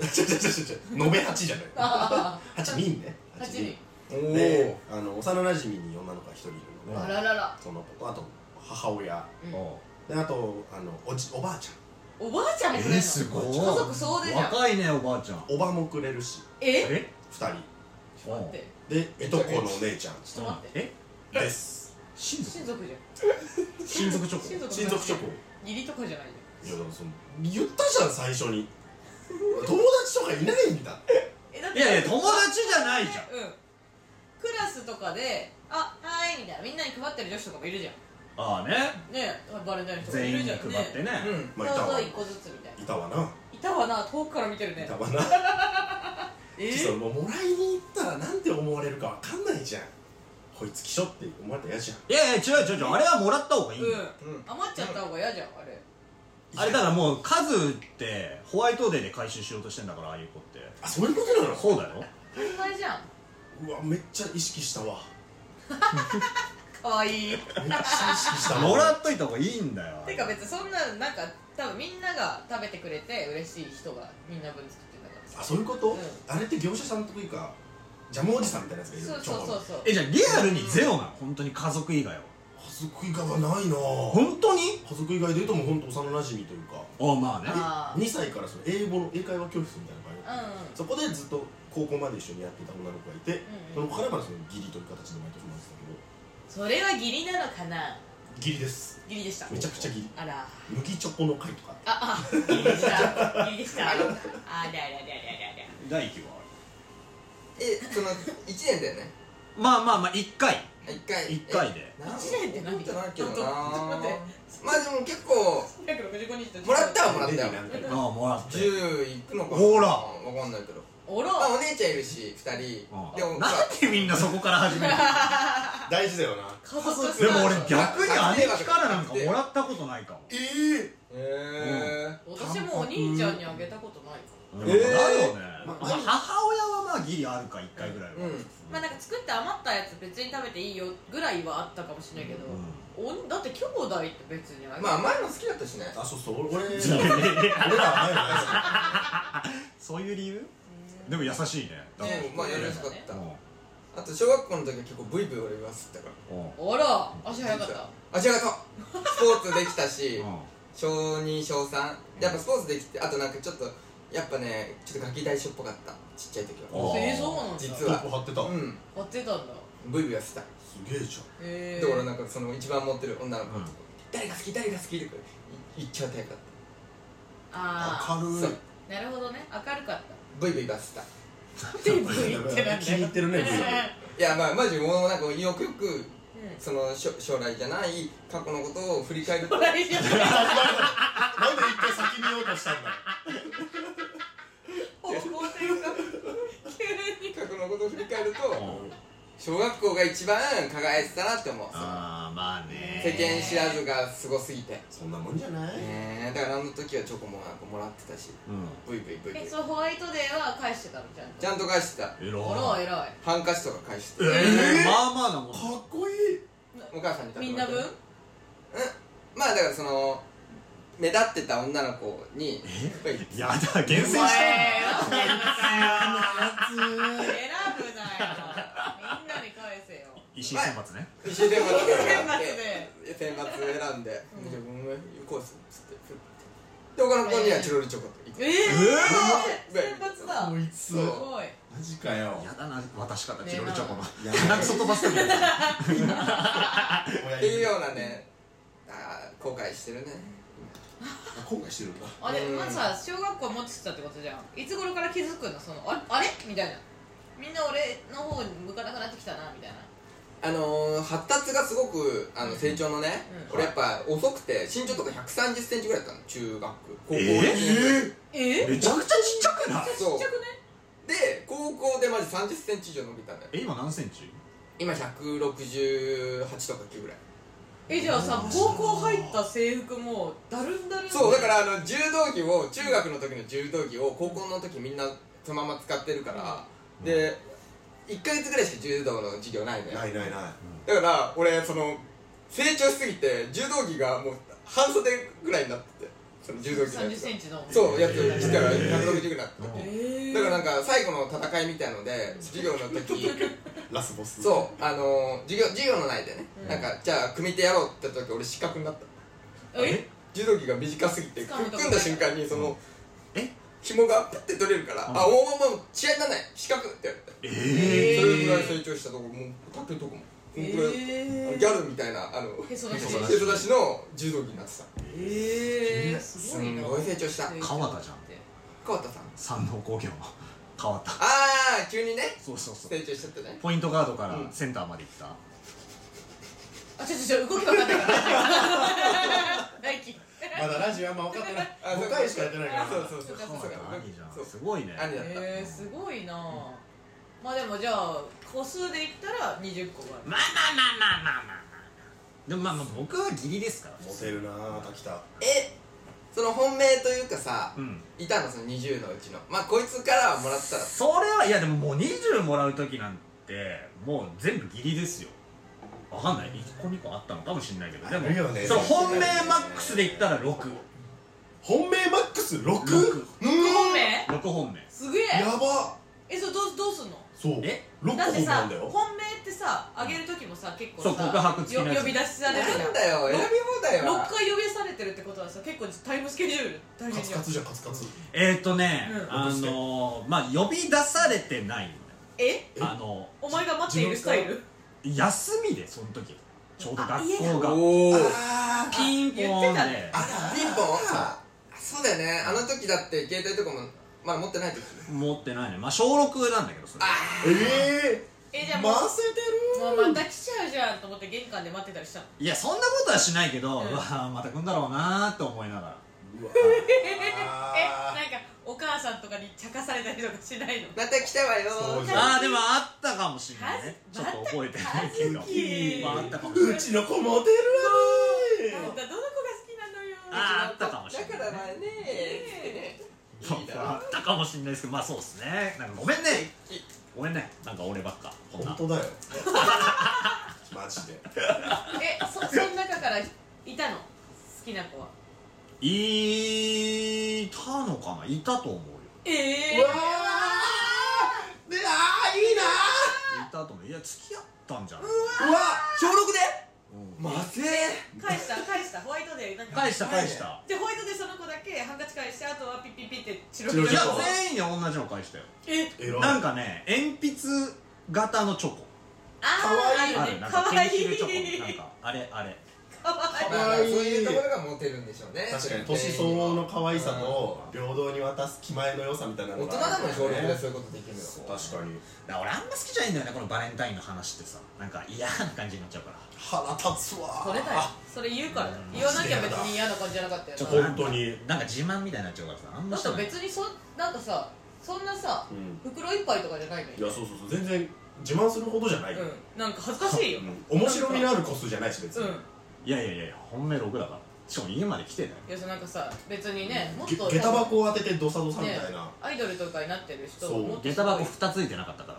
Speaker 4: ちょちょちょちょ延べ八じゃない
Speaker 2: あ
Speaker 4: 八人ね
Speaker 2: あ8位
Speaker 5: お
Speaker 4: で
Speaker 5: お
Speaker 4: あの幼馴染に女の子が一人いるの
Speaker 2: あ
Speaker 4: で
Speaker 2: ららら
Speaker 4: その子とあと母親
Speaker 2: う
Speaker 3: あ
Speaker 2: ん
Speaker 3: おう
Speaker 4: であとあのおじおばあち
Speaker 2: おばあちゃんもくれる
Speaker 3: ご
Speaker 2: の家族総出じゃん
Speaker 3: 若いねおばあちゃん
Speaker 4: ゃんおばもくれるし
Speaker 2: え
Speaker 3: え
Speaker 4: 二人
Speaker 2: ちょっと待って
Speaker 4: でえとこのお姉ちゃん
Speaker 2: ちょっと待って
Speaker 3: え
Speaker 4: です
Speaker 3: 親族
Speaker 2: 親族じゃん
Speaker 3: 親族チョ
Speaker 2: 親
Speaker 3: コ
Speaker 2: 族
Speaker 4: 親族チョコ
Speaker 2: 義理とかじゃないじ
Speaker 4: いやだからその言ったじゃん最初に友達とかいないんだ
Speaker 2: ゃんえだって
Speaker 3: いやいや友達じゃないじゃん
Speaker 2: うんクラスとかで「あはーい」みたいなみんなに配ってる女子とかもいるじゃん
Speaker 3: ああね
Speaker 2: ねえバレンタインの人とかい
Speaker 3: 全員
Speaker 2: る
Speaker 3: に
Speaker 2: じゃ
Speaker 3: 配
Speaker 2: ん
Speaker 3: ってね
Speaker 5: ーうん
Speaker 4: まあい
Speaker 2: どう
Speaker 4: た
Speaker 2: ぞ
Speaker 4: わ
Speaker 2: 1個ずつみたいない
Speaker 4: たわない
Speaker 2: たわな遠くから見てるね
Speaker 4: いたわな
Speaker 2: え
Speaker 4: ちょっともうもらいに行ったらなんて思われるかわかんないじゃんこいつ気しょって思われたら嫌じゃん
Speaker 3: いやいや違う違う違うあれはもらった方がいいんだよ
Speaker 2: うん余っちゃった方が嫌じゃんあれ
Speaker 3: あれだからもう数ってホワイトデーで回収しようとしてんだからああいう子って
Speaker 4: あそういうことなの
Speaker 3: そうだよ
Speaker 2: 当たり前じゃん
Speaker 4: うわめっちゃ意識したわ
Speaker 2: かわいい
Speaker 4: めっちゃ意識したわ
Speaker 3: もらっといた方がいいんだよ
Speaker 2: てか別にそんななんか多分みんなが食べてくれて嬉しい人がみんな分作ってんだから
Speaker 4: あ
Speaker 2: さ
Speaker 4: そういうこと、
Speaker 2: うん
Speaker 4: あれって業者さんというかジャムおじさんみたいなやつがいる
Speaker 2: そう
Speaker 4: ちょ
Speaker 2: そう
Speaker 4: こ
Speaker 2: そ
Speaker 4: の
Speaker 2: うそう
Speaker 3: えじゃあリアルにゼロなの本当に家族以外は
Speaker 4: 家族以外はないなぁ
Speaker 3: 本当に
Speaker 4: 家族以外でいうともうほんと幼馴染というか
Speaker 3: あまあね
Speaker 2: あ
Speaker 4: 2歳からその英語の英会話教室みたいな
Speaker 2: あ
Speaker 4: のがある、
Speaker 2: うんうん
Speaker 4: そこでずっと高校まで一緒にやってた女の子がいて、
Speaker 2: うんうん
Speaker 4: その彼までその義理という形で毎年もらってたけ
Speaker 2: それは義理なのかな
Speaker 4: ど義理です
Speaker 2: 義理でした
Speaker 4: めちゃくちゃ義理
Speaker 2: あら
Speaker 4: 麦チョコの会とか
Speaker 2: あ、あ、ギリでした。ギリでした。あ、だだだだだ
Speaker 3: 第1は
Speaker 5: えその一年だよね
Speaker 3: まあまあまあ1回
Speaker 5: 一回
Speaker 3: 1回で
Speaker 2: 一年って何
Speaker 5: ってないけど
Speaker 2: ちょっ
Speaker 5: な
Speaker 2: と待って
Speaker 5: まあでも結構
Speaker 2: だだ。百六十五日と。
Speaker 5: もらったはもらったよ
Speaker 4: なんか
Speaker 3: ああもらって
Speaker 5: 10いくのかな
Speaker 3: ほら
Speaker 5: わかんないけど
Speaker 2: おろ。
Speaker 5: まあお姉ちゃんいるし2人で
Speaker 3: う
Speaker 5: も
Speaker 3: ん
Speaker 5: まあ
Speaker 3: なんでみんなそこから始 めるの
Speaker 4: 大事だよな
Speaker 2: 家族さん
Speaker 3: でも俺逆に姉貴からなんかもらったことないかも
Speaker 4: ええ
Speaker 5: え
Speaker 2: 私もお兄ちゃんにあげたことないか
Speaker 3: え
Speaker 4: ん
Speaker 3: だよね
Speaker 4: まあ
Speaker 3: まあ母親はまあギリあるか1回ぐらいは
Speaker 5: ー、うん
Speaker 2: ら。まあなんか作って余ったやつ別に食べていいよぐらいはあったかもしれないけど、おだって兄弟って別にあげ
Speaker 5: まあ前も好きだったしね
Speaker 4: あそうそう 俺俺
Speaker 3: いや
Speaker 4: ら
Speaker 3: いやいや
Speaker 4: は
Speaker 3: そういう理由でも優しいねだから
Speaker 5: ねまあやりやすかっ
Speaker 2: ね
Speaker 5: た
Speaker 3: う
Speaker 5: あと小学校の時は結構ブイブイ俺言わせてたか
Speaker 3: んうん
Speaker 2: おら、足早かった。
Speaker 5: らあ違うそうスポーツできたし
Speaker 3: うん
Speaker 5: 小2小3やっぱスポーツできてあとなんかちょっとやっぱねちょっとガキ大将っぽかったちっちゃい時
Speaker 3: お
Speaker 5: は
Speaker 2: えー、そうなんだ。
Speaker 5: 実
Speaker 4: トップ貼ってた、
Speaker 5: うん
Speaker 2: やってたんだ。
Speaker 5: ブイブイ言わせてた
Speaker 4: すげえじ
Speaker 2: ええ。
Speaker 5: で俺なんかその一番持ってる女の子、
Speaker 3: うん
Speaker 5: 誰が好き誰が好きとか言っちゃうタイプだっ
Speaker 2: あ
Speaker 4: ゃん
Speaker 5: た
Speaker 4: 明
Speaker 5: そ
Speaker 4: る
Speaker 5: う
Speaker 4: い
Speaker 2: あ、なるほどね。明るかった。
Speaker 5: ブイブイバスタ
Speaker 2: 全部言ってなんだよ。
Speaker 4: 気に入ってるねブイブイ
Speaker 5: いやまあマジもうなんかよくよく
Speaker 2: うん
Speaker 5: そのしょ将来じゃない過去のことを振り返ると
Speaker 2: おらいじゃない
Speaker 4: なんで一回先に言おうとしたんだ
Speaker 2: 方向転換急に
Speaker 5: 過去のことを振り返ると
Speaker 3: うん
Speaker 5: 小学校が一番輝いてたなって思うその
Speaker 3: あーまあね
Speaker 5: 世間知らずがすごすぎてね
Speaker 4: そんなもんじゃない、
Speaker 5: えだからあの時はチョコもなんかもらってたし
Speaker 3: う
Speaker 5: ブイブイブイブイ
Speaker 2: えそうホワイトデーは返してたのちゃんと
Speaker 5: ちゃんと返してた
Speaker 3: ん
Speaker 2: おろ
Speaker 3: 偉い
Speaker 2: 偉い
Speaker 5: ハンカチとか返して
Speaker 3: え
Speaker 5: た
Speaker 3: ー、まあまあなもん
Speaker 4: かっこいい
Speaker 5: お母さんに
Speaker 2: みんな分
Speaker 5: まあだからその目立ってた女の子に
Speaker 3: やだ厳選
Speaker 2: お前
Speaker 3: して
Speaker 2: 選ぶなよ
Speaker 4: あ
Speaker 2: 選ぶなよみんなに返せよ
Speaker 3: 石井選抜ね
Speaker 5: 一選抜
Speaker 2: 選抜
Speaker 5: で選抜選んで「じゃあごめん行こうっす」っつってふってで他の子にはチロルチョコって行く
Speaker 2: ええ
Speaker 5: え
Speaker 2: 先発だ
Speaker 4: こいつ
Speaker 2: すごい
Speaker 4: マジかよ
Speaker 3: やだな渡し方
Speaker 2: ね
Speaker 3: チロルチョコの
Speaker 4: や
Speaker 3: 鼻くそ飛ばすときだ
Speaker 5: っていうようなねあー後悔してるね
Speaker 4: 後悔してるんだ
Speaker 2: あれ
Speaker 5: うん
Speaker 2: まずさ小学校持ってきたってことじゃんいつ頃から気づくのそのああれみたいなみんな俺の方に向かなくなってきたなみたいな
Speaker 5: あのー、発達がすごくあの成長のね、
Speaker 2: うん
Speaker 5: 俺やっぱ遅くて身長とか1 3 0ンチぐらいだったの中学高校
Speaker 3: え
Speaker 5: 一年ぐらい
Speaker 2: え
Speaker 3: めちゃくちゃちっちゃくない
Speaker 5: そう
Speaker 2: ちっちゃくね
Speaker 5: で高校でマジ3 0ンチ以上伸びたのよ
Speaker 3: え今何センチ
Speaker 5: 今168とか9ぐらい
Speaker 2: えじゃあさ高校入った制服もうだるんだるん
Speaker 5: そうだからあの柔道着を中学の時の柔道着を高校の時みんなそのまま使ってるから、で1ヶ月ぐらいしか柔道の授業ないのよ
Speaker 4: ないないない
Speaker 5: だから俺その成長しすぎて柔道着がもう半袖ぐらいになっててその柔道着の
Speaker 2: 3
Speaker 5: やつが
Speaker 2: 0ンチの
Speaker 5: そうやつ着たら160ぐらいになってて、
Speaker 2: え
Speaker 5: だからなんか最後の戦いみたいので授業の時
Speaker 4: ラスボス
Speaker 5: そうあの授業授業の内でね、
Speaker 2: うん
Speaker 5: なんかじゃあ組手やろうって時俺失格になった
Speaker 2: え
Speaker 5: 柔道着が短すぎて
Speaker 2: つかむ
Speaker 5: 組
Speaker 2: とこ
Speaker 5: んだ瞬間にその
Speaker 3: え
Speaker 5: 紐がパッて取れるから、
Speaker 3: うん
Speaker 5: あおおもう試合にならない失格って言われて、
Speaker 3: ええ
Speaker 5: それぐらい成長したとこもう卓球とこもこんくらい、あの
Speaker 2: え
Speaker 5: ギャルみたいなあの
Speaker 2: へそ出し
Speaker 5: 手出しの柔道着になってた
Speaker 2: ええす
Speaker 5: す
Speaker 2: ごいなん
Speaker 5: ごい成長した
Speaker 3: 川田じゃん
Speaker 5: 川田さん
Speaker 3: 山王工業の変わった
Speaker 5: ああ急にね
Speaker 3: そうそうそう
Speaker 5: 成長しちゃったね
Speaker 3: ポイントガードから
Speaker 5: うん
Speaker 3: センターまで行った
Speaker 2: あちょちょちょ動き分かんないから 大輝
Speaker 4: まだラジオあんま分かってない
Speaker 5: あそう
Speaker 4: 5回しかやってないから
Speaker 5: そうそうそう
Speaker 3: 川
Speaker 5: そう
Speaker 3: 田兄じゃ
Speaker 5: そうん
Speaker 3: すごいね
Speaker 5: 兄だった、
Speaker 2: えー、すごいなあまあでもじゃあ個数で言ったら20個がある
Speaker 3: まあまあまあまあまあまあまあでもまあまあ僕はギリですから
Speaker 4: モテるなあ滝田
Speaker 5: えその本命というかさ、
Speaker 3: うん
Speaker 5: いたのその20のうちのまあこいつからはもらったら
Speaker 3: それはいやでももう20もらう時なんてもう全部ギリですよわかんない1個2個あったのかもしれないけどでも
Speaker 4: あるよね
Speaker 3: そう本命マックスで言ったら66
Speaker 4: 本命マックス 6?
Speaker 3: 六
Speaker 2: 本命
Speaker 3: 本命
Speaker 2: すげえ
Speaker 4: やば
Speaker 2: えそれどうどうすんの
Speaker 4: そう
Speaker 3: え
Speaker 4: 六
Speaker 2: だって
Speaker 4: 本な
Speaker 2: さ
Speaker 4: んだよ
Speaker 2: 本命ってさあげる時もさ結構さ
Speaker 3: そう告白付きのやつ
Speaker 2: よ呼び出しされてる
Speaker 5: なんだよ選び放題は
Speaker 2: 6回呼び出されてるってことはさ結構タイムスケジュール大
Speaker 4: カ
Speaker 2: 変
Speaker 4: ツ
Speaker 2: じゃ
Speaker 4: カ
Speaker 2: ん
Speaker 4: ツじゃんカツカツ
Speaker 3: えっ、ー、とね、
Speaker 2: うん
Speaker 3: あのー、まあ呼び出されてないん
Speaker 2: え
Speaker 3: だよあの
Speaker 2: お前が待っているスタイル
Speaker 3: 休みでその時ちょうど
Speaker 2: あ
Speaker 3: 学校が
Speaker 5: おお
Speaker 4: あ
Speaker 3: ピンポン
Speaker 2: 言って
Speaker 3: で
Speaker 2: たね
Speaker 5: ピンポンあそうだよねあの時だって携帯とかもまあ持ってない時
Speaker 3: 持ってないねまあ小6なんだけどそれ
Speaker 4: ーえ
Speaker 2: えじゃあ
Speaker 4: ー
Speaker 2: もう
Speaker 4: 回せてる
Speaker 2: もうまた来ちゃうじゃんと思って玄関で待ってたりしたの
Speaker 3: いやそんなことはしないけど、
Speaker 2: う
Speaker 3: うんわーまた来んだろうなーって思いながら
Speaker 4: うわ
Speaker 2: え
Speaker 4: あ
Speaker 2: なんかお母さんとかに茶化されたりとかしないの
Speaker 5: また来たわよ
Speaker 4: そうじゃん
Speaker 3: あーでもあったかもしれないね
Speaker 2: はず
Speaker 3: ちょっと覚えてないけど
Speaker 2: はずき
Speaker 3: まああったかもしれ
Speaker 4: ー
Speaker 3: な
Speaker 4: う
Speaker 3: い
Speaker 4: ちの子モテる
Speaker 2: あ
Speaker 4: わ
Speaker 2: んた
Speaker 4: ね
Speaker 2: どの子が好きなのよ
Speaker 3: あーあったかもしれない
Speaker 5: だからまあね
Speaker 2: え
Speaker 5: いいな
Speaker 3: あったかもしれないですけどまあそうですねなんかごめんねごめんねなんか俺ばっかこんな
Speaker 4: 本当だよマジで
Speaker 2: えそその中からいたの好きな子はい
Speaker 3: たのかないたと思うよ
Speaker 2: え
Speaker 4: うわーであーいいない
Speaker 3: たと思ういや付き合ったんじゃない、
Speaker 5: うわ小6で
Speaker 3: うん
Speaker 5: まぜ
Speaker 2: 返した返したホワイトでなんか
Speaker 3: 返した返した
Speaker 2: でホワイトでその子だけハンカチ返してあとはピッピッピってチロ
Speaker 4: チロ
Speaker 2: ル
Speaker 3: いや
Speaker 4: チョコ
Speaker 3: 全員に同じの返したよ
Speaker 2: え
Speaker 4: えらい
Speaker 3: なんかね鉛筆型のチョコ
Speaker 2: あー
Speaker 3: あ
Speaker 2: ある
Speaker 3: る
Speaker 2: よね
Speaker 3: なん
Speaker 2: か
Speaker 3: かペ
Speaker 2: わい
Speaker 3: ンシルチョコなん
Speaker 2: い
Speaker 3: かあれあれ
Speaker 2: かわいい
Speaker 5: まあまあそういうところがモテるんでしょうね
Speaker 4: 確かに年相応の可愛さと平等に渡す気前の良さみたいな
Speaker 5: 大
Speaker 4: の
Speaker 5: 人
Speaker 4: が
Speaker 5: だもん小6で
Speaker 4: 確
Speaker 5: そういうことできるの
Speaker 4: かに
Speaker 3: だから俺あんま好きじゃないんだよねこのバレンタインの話ってさなんか嫌な感じになっちゃうから
Speaker 4: 腹立つわ
Speaker 2: それだよそれ言うから言わなきゃ別に嫌な感じじゃなかったよ
Speaker 4: ちょ
Speaker 2: な
Speaker 4: っと本当に
Speaker 3: なんか自慢みたいになっちゃうからさあんま
Speaker 2: だっ
Speaker 3: した
Speaker 2: て
Speaker 3: ない
Speaker 2: 別にそなんかさそんなさ
Speaker 4: うん
Speaker 2: 袋一杯とかじゃないの
Speaker 4: いや
Speaker 2: よ
Speaker 4: そうそうそう全然自慢するほどじゃない
Speaker 2: う
Speaker 4: よ、
Speaker 2: んなんか恥ずかしいよ
Speaker 4: うん面白みのあるコスじゃないし別
Speaker 2: う
Speaker 4: に、
Speaker 2: ん
Speaker 3: いやいやいやいや本命6だからしかも家まで来てたよ
Speaker 2: いやそうなんかさ別にねもっ
Speaker 4: げ
Speaker 2: と
Speaker 4: 下駄箱を当ててドサドサみたいな、
Speaker 2: ねアイドルとかになってる人
Speaker 4: そう
Speaker 2: もっと
Speaker 3: 下
Speaker 2: す
Speaker 3: 駄
Speaker 2: ごい
Speaker 3: 箱2ついてなかったから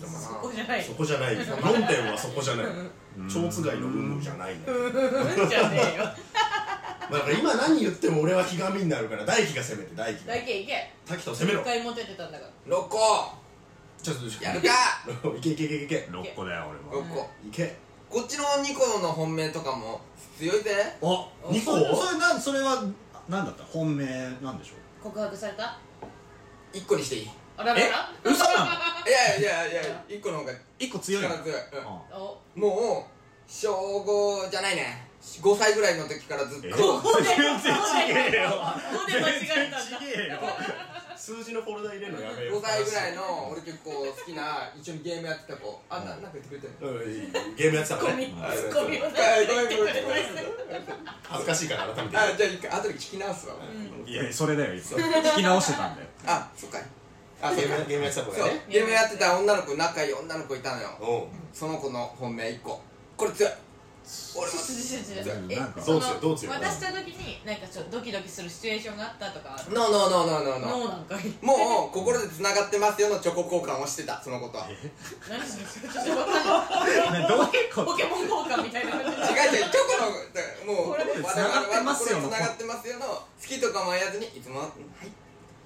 Speaker 4: でも
Speaker 2: そ
Speaker 4: な
Speaker 2: こじゃない
Speaker 4: そこじゃない論点はそこじゃない蝶つがいの有無じゃないね
Speaker 2: うんじゃね えよ
Speaker 4: だから今何言っても俺はひがみになるから大輝が攻めて大輝が
Speaker 2: 大輝いけ
Speaker 4: 滝田を攻め
Speaker 2: 一
Speaker 4: ろ
Speaker 2: 回モテてたんだから
Speaker 5: 6個
Speaker 4: ちょっとちょっと
Speaker 5: やるか
Speaker 4: いけいけいけいけ
Speaker 3: 6個だよ俺
Speaker 5: こ
Speaker 3: は
Speaker 5: こ
Speaker 4: いけ
Speaker 5: こっちのニコの本命とかも強いぜ
Speaker 3: あ
Speaker 4: 二個
Speaker 3: それそれなんそれは何だった本命なんでしょう
Speaker 2: 告白された
Speaker 5: 一個にしていいい
Speaker 2: あららら
Speaker 3: 嘘なの
Speaker 5: やいやいやいや一個の方が
Speaker 3: 1個強いの
Speaker 5: 力強い、
Speaker 3: あ
Speaker 2: お
Speaker 5: うん、もう小5じゃないね5歳ぐらいの時からずっと
Speaker 3: え
Speaker 2: ここで
Speaker 3: 全然違えよ
Speaker 2: ここで間違えたんだ
Speaker 3: 全然違えよ
Speaker 4: 数字のフォルダ入れるのやめよ
Speaker 5: 5歳ぐらいの俺結構好きな一緒にゲームやってた子あんななんか言ってくれてる
Speaker 4: うんいいゲームやってた
Speaker 2: ツッ
Speaker 4: の
Speaker 2: コミ
Speaker 4: ね
Speaker 2: ツ
Speaker 4: あ
Speaker 2: ッコミを出
Speaker 5: はい
Speaker 2: し
Speaker 5: ごめん
Speaker 2: て
Speaker 5: ご
Speaker 2: きてく
Speaker 5: めん
Speaker 2: れて
Speaker 5: ごめん
Speaker 4: 恥ずかしいから改めて
Speaker 5: あじゃあ一回後で聞き直すわ、
Speaker 3: いやそれだよ今聞き直してたんだ よ
Speaker 5: あそっかあ
Speaker 4: ゲ
Speaker 5: そう
Speaker 4: ー
Speaker 5: か
Speaker 4: ムゲームやってた子
Speaker 5: そ
Speaker 4: が
Speaker 5: う
Speaker 4: ね
Speaker 5: ゲームやってた女の子仲いい女の子いたのよ
Speaker 4: うん
Speaker 5: その子の本命1個これ強い俺も
Speaker 2: うん
Speaker 3: なんか
Speaker 2: え
Speaker 4: どうしよう
Speaker 2: その
Speaker 4: どうしよう
Speaker 2: 渡した時になんかちょっとドキドキするシチュエーションがあったとか
Speaker 5: ノーノーノーノーノーノー
Speaker 2: 脳なんかい
Speaker 5: もう心でつながってますよのチョコ交換をしてたそのことは違う
Speaker 2: 何それちょっとわかんない
Speaker 3: ねどういうこと
Speaker 2: ポケモン交換みたいな感じ
Speaker 5: 違うチョコのもう
Speaker 2: これで
Speaker 5: 我々
Speaker 3: 繋がって
Speaker 5: は
Speaker 3: ますよの
Speaker 5: 心でつながってますよの好きとかもやらずにいつもはい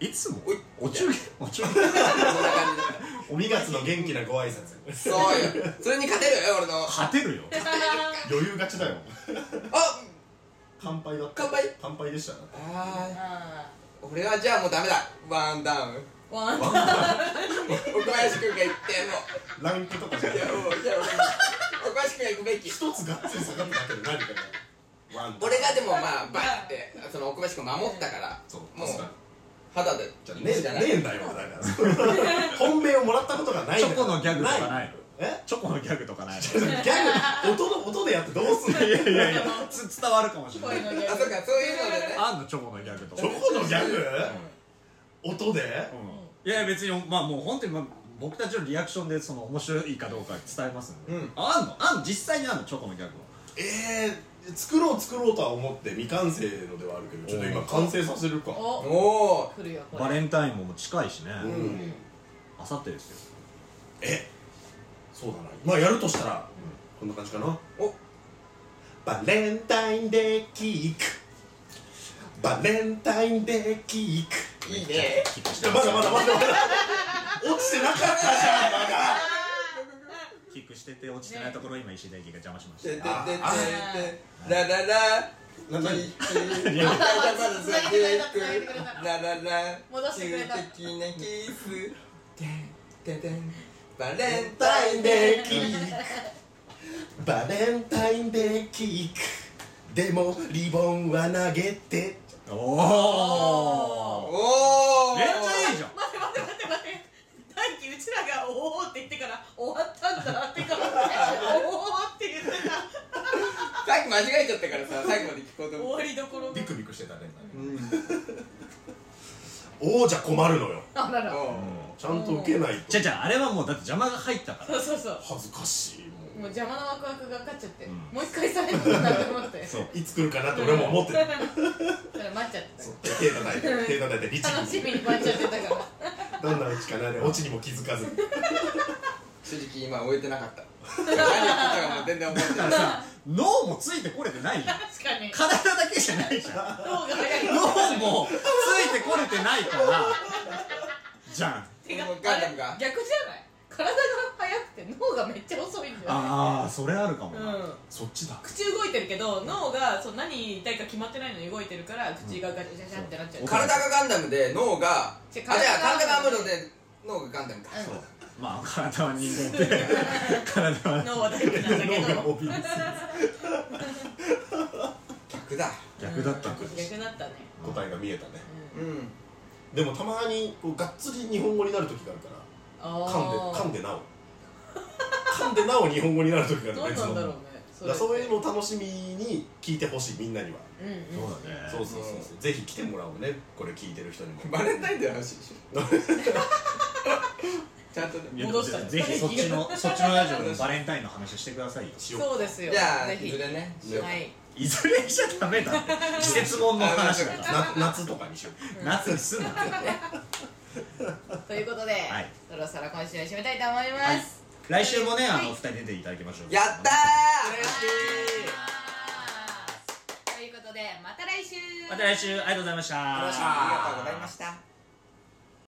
Speaker 3: いつも
Speaker 5: おい
Speaker 3: お中元お中元
Speaker 5: そんな感じだっ
Speaker 4: 2月の元気なご挨拶
Speaker 5: たそうよそれに勝てるよ俺の
Speaker 3: 勝てるよ
Speaker 4: 余裕勝ちだよ
Speaker 5: あ
Speaker 4: 乾杯だった
Speaker 5: 乾杯
Speaker 4: 乾杯でしたな
Speaker 5: あ
Speaker 2: あ
Speaker 5: ー俺はじゃあもうダメだワンダウン
Speaker 2: ーワン
Speaker 5: 岡林君が言ってもう
Speaker 4: ランクとかじゃない
Speaker 5: いやもういや俺もおかしくないくべき
Speaker 4: 一つがっつり下がってたけど何かがワン
Speaker 5: 俺がでもまあバッてその奥林君守ったから
Speaker 4: そう
Speaker 5: もう
Speaker 4: 確かに
Speaker 5: 肌で
Speaker 4: じゃねえねえんだよだから 本命をもらったことがない
Speaker 3: チョコのギャグとかないの
Speaker 4: え
Speaker 3: チョコのギャグとかない
Speaker 4: ギャグ音の音でやってどうすんの
Speaker 3: のいやいやいやつ伝わるかもしれな
Speaker 2: 声
Speaker 3: い
Speaker 2: のね
Speaker 5: あそうかそういうのでね
Speaker 3: あんのチョコのギャグと
Speaker 4: チ
Speaker 3: か
Speaker 4: ョコのギャグ音で
Speaker 3: うんいやいや別にまあもう本当にまあ僕たちのリアクションでその面白いかどうか伝えますんで、
Speaker 5: うん
Speaker 3: あんのあんの実際にあんのチョコのギャグは
Speaker 4: えー作ろう作ろうとは思って未完成のではあるけどちょっと今完成させるか
Speaker 2: お
Speaker 5: おお
Speaker 2: 来るよこれ
Speaker 3: バレンタインももう近いしね
Speaker 4: う
Speaker 2: うんん
Speaker 3: あさってですよ
Speaker 4: えそうだなまあやるとしたらこんな感じかな
Speaker 5: お
Speaker 4: バレンタインデーキークバレンタインデーキーク
Speaker 5: いいね
Speaker 3: きっとし
Speaker 4: じ
Speaker 3: て
Speaker 4: ゃ
Speaker 3: ま
Speaker 4: ますだ
Speaker 3: よ
Speaker 4: まだまだまだ 落ちてなかったじゃ
Speaker 3: キックしてて落ちてないところを今石田駅が邪魔しまし
Speaker 5: でででで
Speaker 3: たあ
Speaker 5: ラララ
Speaker 4: んまだな何
Speaker 5: ラララ
Speaker 2: 戻してくれた
Speaker 5: 奇跡なキスてんてんてんバレンタインデ
Speaker 4: ーキークバレンタインデーキークでもリボンは投げて
Speaker 3: お
Speaker 5: ー
Speaker 3: お
Speaker 5: おお
Speaker 3: めっちゃいいじゃん
Speaker 2: 待って待って待って待って大輝うちらが「おお」って言ってから「終わったんだ」って顔して「おお」って言ってた
Speaker 5: さっき間違えちゃったからさ最後まで聞こうと
Speaker 2: 終
Speaker 5: 思っ
Speaker 2: わ
Speaker 5: て
Speaker 2: りどころ
Speaker 4: ビクビクしてたね
Speaker 5: うん
Speaker 4: 王者困るのよ
Speaker 2: あらら
Speaker 5: おー
Speaker 4: ちゃんと受けないと
Speaker 3: じゃじゃあれはもうだって邪魔が入ったから
Speaker 2: そうそうそう
Speaker 4: 恥ずかしいも
Speaker 2: もう邪魔なワクワクが勝っちゃって、
Speaker 3: うん
Speaker 2: もう一回されるんだと思って
Speaker 3: そう
Speaker 4: ういつ来るかなって俺も思ってる
Speaker 2: それ待っちゃって
Speaker 4: 手叩いて手叩いて律
Speaker 2: た楽し
Speaker 4: 儀に
Speaker 2: みに待っちゃってたから
Speaker 4: どんなうちかなでオチにも気づかずに
Speaker 5: 正直今終えてなかった何やってたかも全然覚えてない
Speaker 3: 脳もついてこれてないよ
Speaker 2: 確かに
Speaker 3: 体だけじゃないじゃん
Speaker 2: 脳が早い
Speaker 3: 脳もついてこれてないからじゃん
Speaker 2: てか
Speaker 5: もうガンダムが
Speaker 2: あれ逆じゃない体が速くて脳がめっちゃ遅いんだよね
Speaker 3: ああそれあるかもな、
Speaker 2: うん
Speaker 4: そっちだ
Speaker 2: 口動いてるけど脳がそう何言いたいか決まってないのに動いてるから口がガチャガチャってなっちゃう、
Speaker 3: そう
Speaker 5: 体がガンダムで脳があ
Speaker 2: 違
Speaker 5: じ
Speaker 2: う
Speaker 5: ゃあ体がアムロで脳がガンダムか
Speaker 2: うん
Speaker 3: まあ体は人間 で体は
Speaker 2: 脳は大事なんだけど
Speaker 4: 脳がオビリス
Speaker 5: 逆だ
Speaker 3: 逆だった
Speaker 2: うん
Speaker 3: んだ
Speaker 2: 逆だったね、
Speaker 4: 答えが見えたね
Speaker 2: うん
Speaker 5: うん
Speaker 4: でもたまにこうがっつり日本語になる時があるから
Speaker 2: あ
Speaker 4: 噛んで噛んでなお 噛んでなお日本語になる時がある
Speaker 2: 何
Speaker 4: 別
Speaker 2: な
Speaker 4: の
Speaker 2: んだろうね
Speaker 4: だからそういうのを楽しみに聞いてほしいみんなには
Speaker 2: うんうん
Speaker 3: そうだね
Speaker 4: そうそうそうそうぜひ来てもらおうねこれ聞いてる人にも
Speaker 5: バレンタインデーの話でし ょちゃんとね
Speaker 3: いや
Speaker 2: 戻した
Speaker 3: ぜひそっちのそっちのラジオのバレンタインの話してくださいよ
Speaker 4: しよ
Speaker 2: そうですよ
Speaker 5: じゃあ
Speaker 2: ぜ
Speaker 5: い
Speaker 2: ひ
Speaker 5: ずれねしよう
Speaker 2: はい
Speaker 3: いずれにしちゃダメだって 季節もんの話だ
Speaker 4: う
Speaker 3: か
Speaker 4: な夏とかにしよう
Speaker 3: ら夏にすんな
Speaker 2: ということで、
Speaker 3: はい
Speaker 2: そろそろ今週締めたいと思います、
Speaker 3: はい来週もねあの二人出ていただきましょう
Speaker 5: やったー
Speaker 2: はいということでまた来週
Speaker 3: また来週ありがとうございました
Speaker 5: ありがとうございました